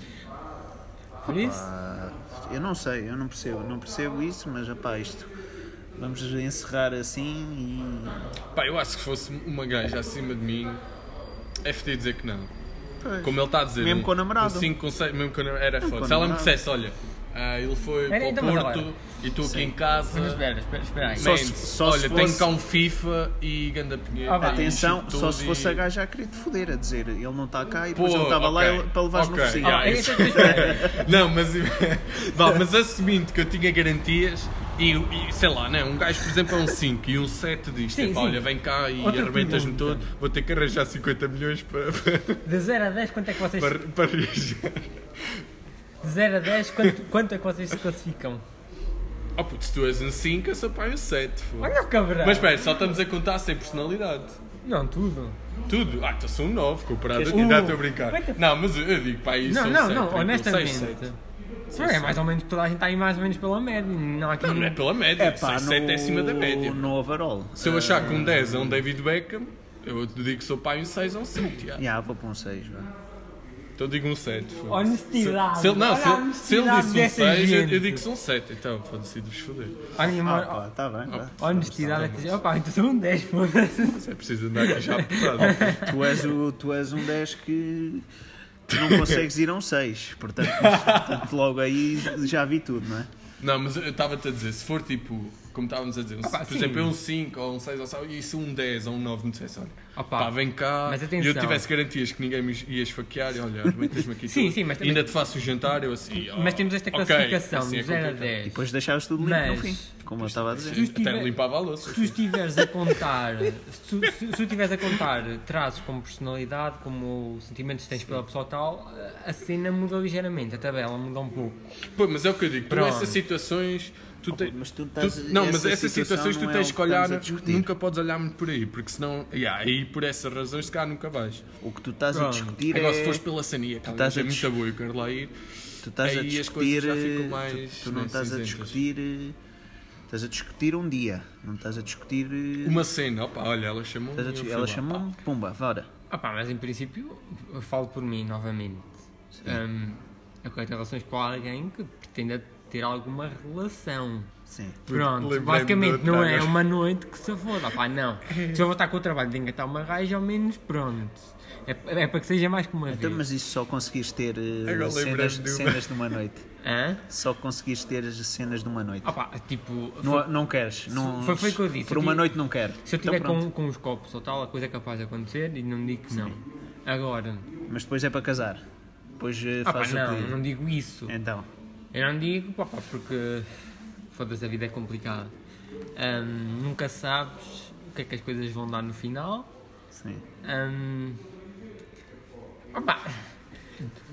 Por isso,
Ah, eu não sei, eu não percebo, não percebo isso, mas rapá, isto. Vamos encerrar assim e.
Pá, eu acho que se fosse uma gaja acima de mim, é fedido dizer que não.
Pois.
Como ele está a dizer.
Mesmo
um-
com o namorado.
Um 5 com 6, mesmo com o namorado. Era
com
foda.
o
Se ela me
namorado.
dissesse, olha, ah, ele foi
Era,
para o
então, mas agora.
Porto e tu aqui em casa.
mas espera, espera, espera aí.
Só
Man,
se- só se
olha, tenho
fosse-
cá um FIFA e ganda pinheiro.
Ah, vá.
e
Atenção,
isto
só
tudo
se fosse
e-
a gaja a querer te foder, a dizer ele não está cá e
Pô,
depois ele estava lá
ok,
ele- para levares
ok,
no focinho.
yeah,
Ah,
isso.
é isso que eu espero.
Não, mas, vá, mas assumindo que eu tinha garantias e, e, sei lá, não, um gajo, por exemplo, é um 5 e um 7 diz:
Sim,
"Epá,
sim.
olha, vem cá e
Outra então."
arrebentas-me todo,
pergunta.
vou ter que arranjar 50 milhões para, para,
De 0 a 10, quanto é que vocês.
para, para arranjar."
De 0 a 10, quanto, quanto é que vocês se classificam?
Oh puto, se tu és um 5, eu sou pai um 7. foda.
Olha o cabrão!
Mas espera, só estamos a contar sem personalidade.
Não, tudo.
Tudo. Ah, então sou um 9, comparado a
Queres-
ti, dá
Uh,
estou a brincar.
what the f-
Não, mas eu, eu digo, pá, isso
Não,
sou um
não,
sete,
não,
tranquilo, seis,
honestamente.
sete.
Sim, é mais ou menos toda a gente está aí mais ou menos pela média. Não, há aqui
Não, não é pela média,
É
é
pá,
7 é acima da média.
no overall.
Se eu achar que um 10 é um David Beckham, eu te digo que sou pai um 6 ou um 7. já.
Já, vou para um 6, vá.
Então eu digo um 7.
Honestidade.
Se ele, não,
Olha
se,
a
ele- se ele
honestidade
disse um
dessa
6, eu,
gente.
eu digo que são 7. Então, foda-se de vos foder.
Olha,
Ah,
amor,
pá, está bem, vá.
honestidade. é dizer, Opa, então são um 10, foda-se.
Você precisa andar aqui já apertado.
Tu és, o, tu és um 10 que tu não consegues ir a um 6. Portanto, portanto, logo aí já vi tudo, não é?
Não, mas eu estava-te a dizer, se for tipo, como estávamos a dizer, um-
Ah, pá,
por
sim.
exemplo, eu um 5 ou um 6 ou sal, e se um 10 ou um 9 me dissesse, olha,
Ah, pá.
pá, vem cá,
Mas
e
atenção.
eu tivesse garantias que ninguém me ia esfaquear, e olha, metes-me aqui
Sim,
tudo,
sim, mas
ainda
também-
te faço o jantar, eu assim, oh,
Mas temos esta
ok,
classificação
assim é
de 0 a
complicado.
10.
E depois deixavas tudo limpo no
Mas-
fim, como eu estava a dizer.
Sim.
Até
tiver-
limpava a louça.
Se tu estiveres a contar, se tu, se, se tu estiveres a contar traços como personalidade, como sentimentos que tens pela pessoa tal, a cena muda ligeiramente, a tabela muda um pouco.
Pô, mas é o que eu digo, tu
Pronto.
essas situações. Tu te...
mas tu estás-
não,
essa
mas essas
situação
situações tu
não é
tens
o
que
que estamos
olhar,
a discutir.
nunca podes olhar muito por aí, porque senão, yeah, aí por essas razões, se calhar nunca vais.
O que tu estás a
Pronto.
discutir
Agora, se
é...
fores pela sania, que
estás
é
a dis-
muito boa, eu quero lá ir.
Tu estás a
Aí as
discutir.
coisas já ficam
eh,
mais,
tu, tu não
né,
estás a
cinzentas.
discutir. eh, Estás a discutir um dia. Não estás a discutir. eh,
Uma cena, opa, olha, ela chamou
estás a dis- ela chamou-me, pumba, fora.
Ah pá, mas em princípio, eu falo por mim novamente. Hum, eu quero ter relações com alguém que pretenda ter alguma relação.
Sim.
Pronto,
Lembrei-me
basicamente
do
não é
Tiger.
uma noite que se foda, pá, não. Se eu vou estar com o trabalho de engatar uma raiz, ao menos pronto. É, é para que seja mais que uma
Então,
vez.
mas isso só conseguiste ter eh,
Agora
cenas,
lembrei-me de uma.
cenas de uma noite.
Hã?
Só conseguiste ter as cenas de uma noite.
Ah pá, tipo,
Não, não queres. Não,
foi- foi o que eu disse.
Por
Eu
uma
tive-
noite não quero.
Se eu
Então
estiver
pronto.
com, com os copos ou tal, a coisa é capaz de acontecer e não digo que não. Agora,
Mas depois é para casar. Depois eh,
um- ah, pá,
faz o
não,
pedido.
não digo isso.
Então,
Eu não digo, pá, pá, porque foda-se, a vida é complicada. Ahm, nunca sabes o que é que as coisas vão dar no final.
sim.
Ahm, opá,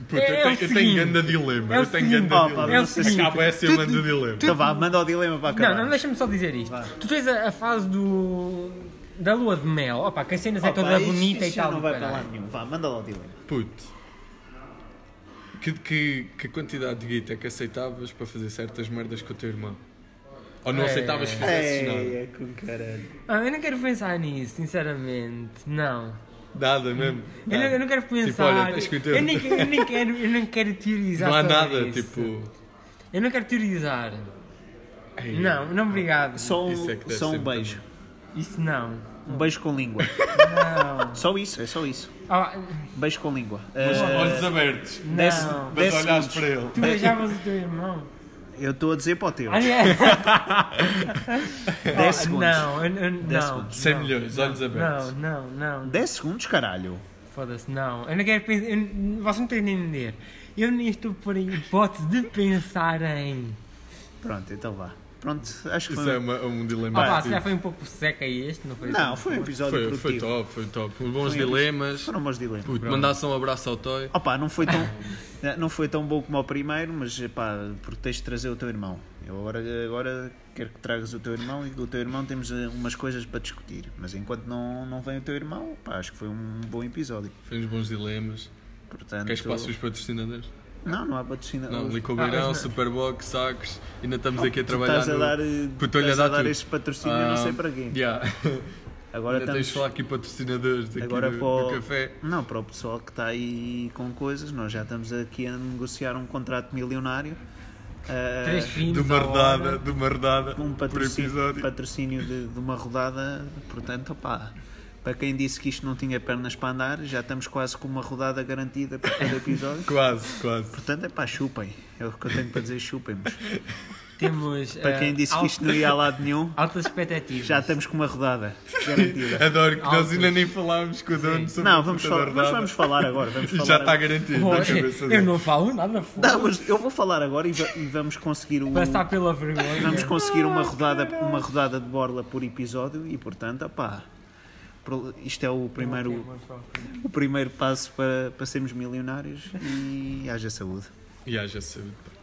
Puta,
É o
eu, tenho, eu
seguinte.
tenho ganda dilema.
É o
eu tenho
seguinte.
ganda
Opa,
dilema.
é o
seguinte.
Acaba essa eu mando dilema.
Então vá, manda o dilema para acabar.
não, não, deixa-me só dizer isto.
Vá.
Tu tens a, a fase do. da lua de mel, opá, que as cenas é
Opa,
toda
isso-
bonita
isso
e tal.
já não
do
vai para
caralho.
lado nenhum. Vá, manda lá o dilema.
Puto. Que, que, que quantidade de guita é que aceitavas para fazer certas merdas com o teu irmão? Ou não
É.
aceitavas que fizesses nada?
É, com caralho.
Ah, eu não quero pensar nisso, sinceramente. Não.
Nada mesmo.
Eu não, eu não quero pensar.
Tipo, olha, tens que ter-
eu, nem, eu nem quero, eu nem quero teorizar.
Não há
sobre
nada,
isso.
tipo.
Eu não quero teorizar.
ei,
Não, não, obrigado.
Só um,
Isso é que deve
só
ser
um
muito
beijo.
Isso não.
Um beijo com língua.
Não.
só isso, é só isso.
Ah,
Beijo com língua.
Mas
Eh,
olhos abertos.
dez-
não.
dez
Mas olhares para
segundos.
ele.
Tu beijavas o teu irmão.
Eu estou a dizer para o teu.
Ah, é?
10 segundos.
Não, eu, eu,
Dez
não.
segundos.
100 milhões, olhos abertos.
Não, não, não.
10 segundos, caralho.
Foda-se, não. Eu não quero pensar. Eu, vocês não têm de entender. Eu nem estou por aí hipótese de pensar em.
Pronto, então vá. Pronto, acho que
Isso é
foi.
uma- um
Ah,
dilema.
pá, se
ativo.
já foi um pouco seca este, não foi? Tipo,
Não,
é
foi um episódio
Foi, foi
produtivo.
top, foi top. Bons dilemas.
Foram bons dilemas.
Puto, mandasse um abraço ao Toy.
Opa, não foi tão. Não foi tão bom como o primeiro, mas epá, porque tens de trazer o teu irmão. Eu agora, agora quero que tragas o teu irmão e com o teu irmão temos eh, umas coisas para discutir. Mas enquanto não, não vem o teu irmão, pá, acho que foi um bom episódio.
Foi uns bons dilemas.
Portanto,
Queres que passe os patrocinadores?
Não, não há patrocínio.
Não,
Ah,
Licobeirão,
mas não.
Superbox, Sacos. Ainda estamos aqui a
Tu
trabalhar.
estás a
no-
dar, eh,
Puto, olha,
estás a
dá
dar
tudo.
este patrocínio, não sei
Ah,
para quem.
yeah.
Agora
Agora tens de
estamos.
falar aqui patrocinadores aqui
Agora
do,
para o...
do café.
Não, para o pessoal que está aí com coisas, nós já estamos aqui a negociar um contrato milionário. ah,
Três filhos.
De uma redada, de uma redada.
um
por
patrocínio,
episódio.
patrocínio de, de uma rodada, portanto, opá, para quem disse que isto não tinha pernas para andar, já estamos quase com uma rodada garantida para cada episódio.
Quase, quase.
Portanto, é pá, chupem. É o que eu tenho para dizer, chupem-nos.
Temos. eh,
Para quem disse que isto não ia a lado nenhum,
Altas expectativas.
já estamos com uma rodada garantida.
Adoro que nós
Altos.
ainda nem falámos com o dono sobre
Não,
a
vamos
puta da
falar, mas
redada.
vamos falar agora. Vamos
E
falar
é já tá está
agora.
garantido
Pô,
na cabeça
eu
dele.
não falo nada, foda
Não, mas eu vou falar agora e, va- e vamos conseguir um.
Passar pela vergonha.
Vamos conseguir uma rodada, uma rodada de borla por episódio e portanto, opá, pro- isto é o primeiro, o primeiro passo para, para sermos milionários e haja saúde.
E haja saúde. pá.